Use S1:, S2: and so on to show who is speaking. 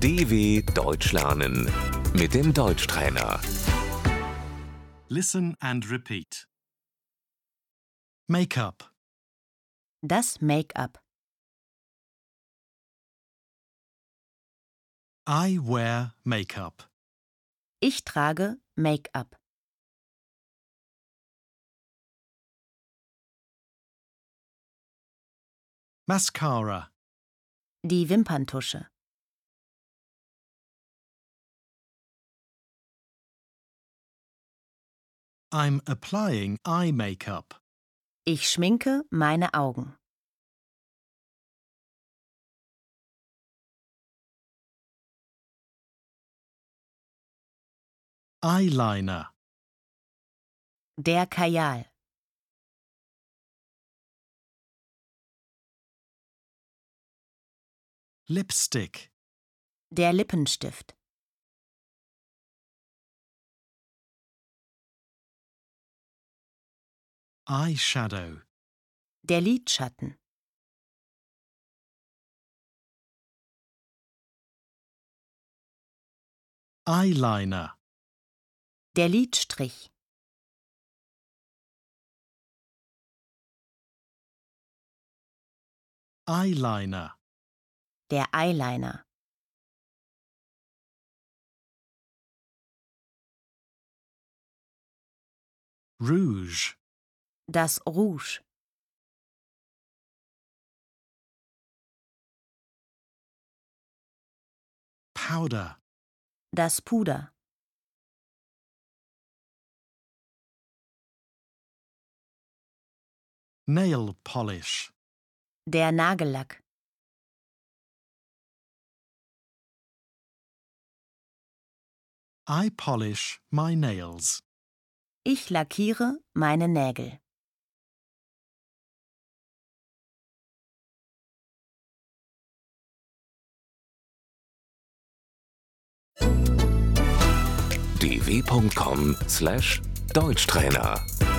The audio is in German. S1: DW Deutsch lernen mit dem Deutschtrainer.
S2: Listen and repeat. Makeup,
S3: Das Make-up.
S2: I wear makeup.
S3: Ich trage Make-up.
S2: Mascara,
S3: Die Wimperntusche.
S2: I'm applying eye makeup.
S3: Ich schminke meine Augen.
S2: Eyeliner,
S3: Der Kajal.
S2: lipstick,
S3: Der Lippenstift.
S2: eyeshadow,
S3: Der Lidschatten.
S2: eyeliner,
S3: Der Lidstrich.
S2: eyeliner,
S3: Der Eyeliner.
S2: rouge,
S3: Das Rouge.
S2: powder,
S3: Das Puder.
S2: nail polish,
S3: Der Nagellack.
S2: I polish my nails.
S3: Ich lackiere meine Nägel.
S1: dw.com/deutschtrainer